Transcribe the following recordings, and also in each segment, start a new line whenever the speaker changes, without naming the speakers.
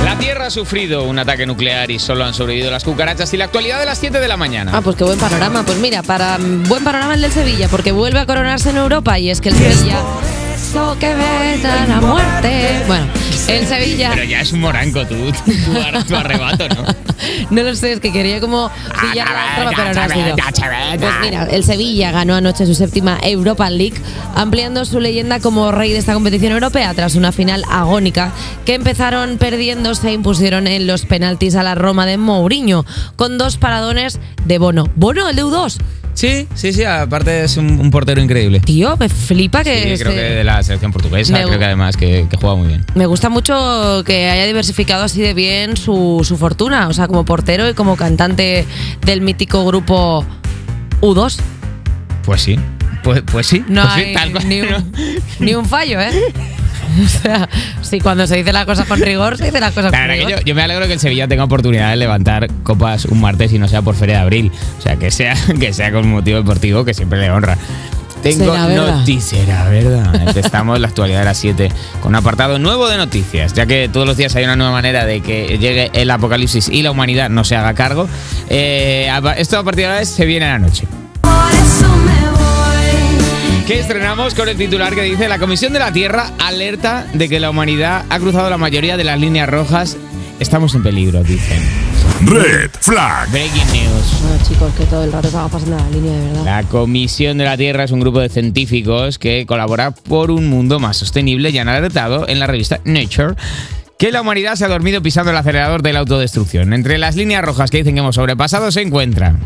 Inglaterra ha sufrido un ataque nuclear y solo han sobrevivido las cucarachas y la actualidad de las 7 de la mañana.
Ah, pues qué buen panorama. Pues mira, para buen panorama el del Sevilla, porque vuelve a coronarse en Europa y es que el Sevilla. que vetan a muerte. Bueno, el Sevilla.
Pero ya es un moranco tú, tu, ar- tu arrebato, ¿no? Ah,
No lo sé, es que quería como pillar la trama, pero no ha sido. Pues mira, el Sevilla ganó anoche su séptima Europa League, ampliando su leyenda como rey de esta competición europea tras una final agónica que empezaron perdiendo, se impusieron en los penaltis a la Roma de Mourinho, con dos paradones de Bono. Bono, el de U2.
Sí, sí, sí, aparte es un, un portero increíble.
Tío, me flipa que...
Sí, creo
este-
que de la selección portuguesa,
Me-
creo que además que, que juega muy bien.
Me gusta mucho que haya diversificado así de bien su, su fortuna, o sea, como portero y como cantante del mítico grupo U2.
Pues sí, pues, pues sí,
No
pues sí,
hay
tal cual,
ni,
¿no?
un, ni un fallo, ¿eh? O sea, si cuando se dice las cosas con rigor, se dice las cosas
La
con
verdad que
rigor.
yo, yo me alegro que el Sevilla tenga oportunidad de levantar copas un martes y no sea por Feria de Abril. O sea, que sea, que sea con motivo deportivo que siempre le honra. Tengo
Será verdad.
noticias, la verdad. Empezamos la actualidad de las 7 con un apartado nuevo de noticias, ya que todos los días hay una nueva manera de que llegue el apocalipsis y la humanidad no se haga cargo. Eh, a- esto a partir de ahora es se viene a la noche. Que estrenamos con el titular que dice La Comisión de la Tierra alerta de que la humanidad ha cruzado la mayoría de las líneas rojas. Estamos en peligro, dicen.
Red Flag.
Breaking news.
No, chicos, que todo el rato estamos pasando la línea, de verdad.
La Comisión de la Tierra es un grupo de científicos que colabora por un mundo más sostenible y han alertado en la revista Nature que la humanidad se ha dormido pisando el acelerador de la autodestrucción. Entre las líneas rojas que dicen que hemos sobrepasado se encuentran,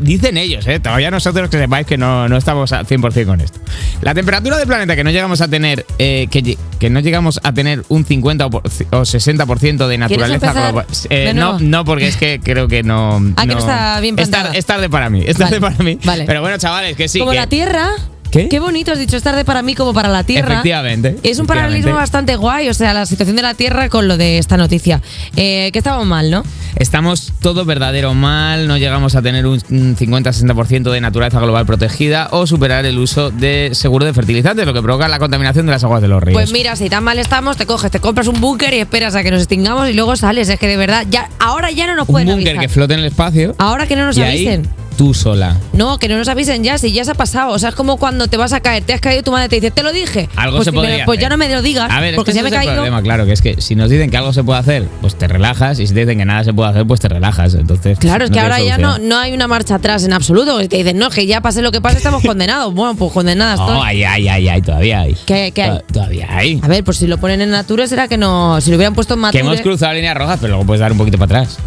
dicen ellos, ¿eh? todavía nosotros que sepáis que no, no estamos al 100% con esto. La temperatura del planeta que no llegamos a tener, eh, que, lle- que no llegamos a tener un 50 o por- o 60% de naturaleza
empezar
global. Eh,
de
no,
nuevo?
no, porque es que creo que no...
Ah, que no está bien
Es tar-
plantada.
es tarde para mí, es tarde
Vale,
para mí.
vale.
Pero bueno, chavales, que sí.
como
que-
la Tierra.
¿Qué?
bonito has dicho, es tarde para mí como para la Tierra.
Efectivamente.
Es un paralelismo
efectivamente.
bastante guay, o sea, la situación de la Tierra con lo de esta noticia. Eh, que estábamos mal, ¿no?
Estamos todo verdadero mal, no llegamos a tener un 50-60% de naturaleza global protegida o superar el uso de seguro de fertilizantes, lo que provoca la contaminación de las aguas de los ríos.
Pues mira, si tan mal estamos, te coges, te compras un búnker y esperas a que nos extingamos y luego sales. Es que de verdad, ya, ahora ya no nos
un
pueden
búnker que
avisar.
flota en el espacio
ahora que no nos
y ahí
avisen.
tú sola.
No, que no nos avisen ya, si ya se ha pasado. O sea, es como cuando te vas a caer, te has caído y tu madre te dice, te lo dije.
Algo
pues,
se
si me-
podría
pues
hacer.
ya no me lo digas,
A ver, es
porque
que
ya me he
ese es el
caído.
problema, claro, que es que si nos dicen que algo se puede hacer, pues te relajas y si te dicen que nada se puede hacer, pues te relajas. Entonces,
Claro, es
no
que
tiene
ahora ya no,
solución.
no hay una marcha atrás en absoluto. Te dicen, no, que ya pase lo que pase, estamos condenados. Bueno, pues condenadas.
No, eh.
todas.
ay, ay, ay, ay, todavía hay.
¿Qué- qué hay?
To- Todavía hay.
A ver, pues si lo ponen en Nature será que no. Si lo hubieran puesto en
Que
Mature.
hemos cruzado líneas rojas, pero luego puedes dar un poquito para atrás.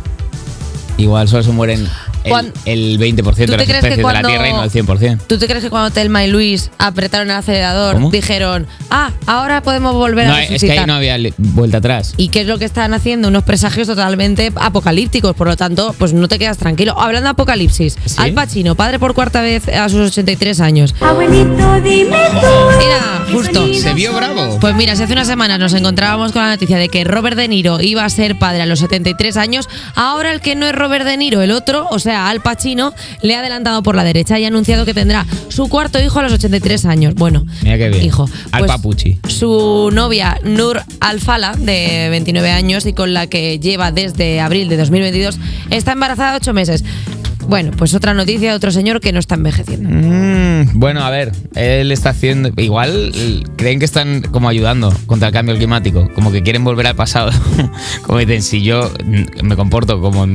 Igual solo se mueren el,
Cuan-
el 20%
¿Tú
de
te
las
crees que
especies de la
cuando-
Tierra y no el 100%.
¿Tú te crees que cuando Telma y Luis apretaron el acelerador
¿Cómo?
dijeron, ah, ahora podemos volver
No,
a
es que
resucitar?
ahí no había li- vuelta atrás.
¿Y qué es lo que están haciendo? Unos presagios totalmente apocalípticos, por lo tanto, pues no te quedas tranquilo. Hablando de apocalipsis,
¿Sí?
Al Pacino, padre por cuarta vez a sus 83 años.
Abuelito, dime tú.
Era justo.
¿Se vio bravo?
Pues mira, si hace unas semanas nos encontrábamos con la noticia de que Robert De Niro iba a ser padre a los 73 años, ahora el que no es Robert De Niro, el otro, o sea, Al Pacino, le ha adelantado por la derecha y ha anunciado que tendrá su cuarto hijo a los 83 años. Bueno,
Mira qué bien.
hijo. pues
Al papuchi.
Su novia, Nur Alfala, de 29 años y con la que lleva desde abril de 2022, está embarazada de 8 meses. Bueno, pues otra noticia de otro señor que no está envejeciendo.
Mm, bueno, a ver, él está haciendo. Igual eh, creen que están como ayudando contra el cambio climático, como que quieren volver al pasado. como dicen, si yo mm, me comporto como en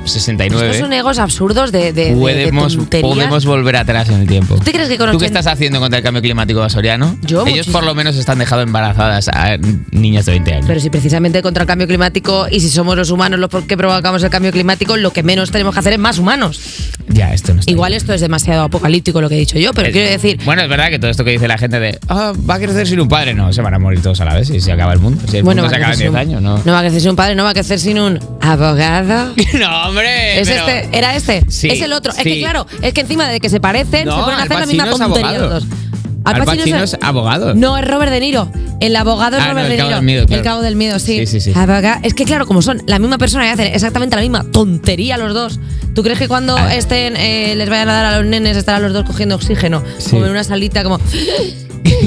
1969.
Estos son egos absurdos de, eh, de, de- de
podemos,
tonterías.
podemos volver atrás en el tiempo.
¿Tú crees que con
¿Tú qué
80?
estás haciendo contra el cambio climático basoriano?
Yo
Ellos
muchísimo.
por lo menos están dejando embarazadas a niñas de 20 años.
Pero si precisamente contra el cambio climático y si somos los humanos los por- que provocamos el cambio climático, lo que menos tenemos que hacer es más humanos.
ya, esto no está
Igual
bien.
esto es demasiado apocalíptico lo que he dicho yo, pero
Es-
quiero decir,
Bueno, es verdad que todo esto que dice la gente de "Ah, va a crecer sin un padre, no, se van a morir todos a la vez y se acaba el mundo. Si el
bueno,
mundo se
va a
acaba en
crecer
10
sin
años,
un-
no.
va a crecer sin un padre, no va a crecer sin un abogado.
No, hombre.
Es
Eh, pero-
este, era este,
Sí,
es el otro. Es que
sí.
claro, es que encima de que se parecen,
No,
se ponen a
Al
hacer la misma
Pacino es
tontería
abogado.
los dos.
Al Pacino
el-
es abogado.
No, es Robert De Niro. El abogado es
Ah, no,
Robert
el
De
cabo
Niro.
del miedo, claro.
El cabo del miedo, sí.
Sí, sí, sí.
Aboga- Es que claro, como son la misma persona y hacen exactamente la misma tontería los dos. ¿Tú crees que cuando
Ah.
estén eh, les vayan a dar a los nenes estarán los dos cogiendo oxígeno?
Sí.
Como en una salita como...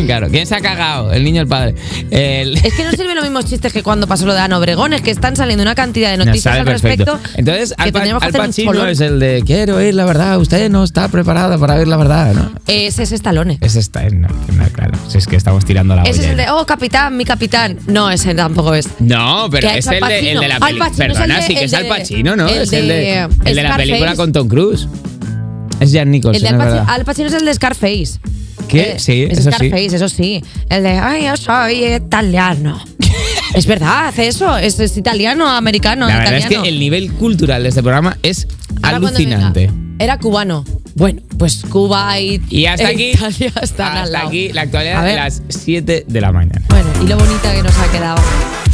claro, ¿quién se ha cagado? El niño o el padre. El-
Es que no sirven los mismos chistes que cuando pasó lo de Ana Obregón, es que están saliendo una cantidad de
No,
noticias
sabe
al
perfecto.
respecto.
Entonces,
que
Al, Pa-
tendríamos que
Al
hacer un
Pacino
folón.
es el de quiero oír la verdad, usted no está preparada para oír la verdad, ¿no?
Ese es Stallone.
Es esta, es no, no, claro. Si es que estamos tirando la
Ese es
olla.
el de, oh, capitán, mi capitán. No, ese tampoco es.
Pues No, pero
que ha
es
hecho
el
Al
de, el de la
Pacino. Al
película.
Pacino es el
Perdona,
de-
sí que
el
es Al
de-
Pacino, ¿no?
el
es el de,
de
el de la
Scarface.
película con Tom Cruise. Es Jan Nicholson.
El de
es
Al Pacino,
verdad.
Al Pacino es el de Scarface.
¿Qué?
Eh,
Sí,
es
eso sí.
Scarface, eso sí. El de, ay, yo soy italiano. es verdad, hace eso. Es, es italiano, americano,
La verdad
italiano.
es que el nivel cultural de este programa es
Ahora cuando
alucinante.
venga, Era cubano. Bueno, pues Cuba y,
Y hasta
e
aquí,
Italia están al
hasta
lado.
aquí la
A
actualidad de
ver.
las 7 de la mañana.
Bueno, y lo bonita que nos ha quedado.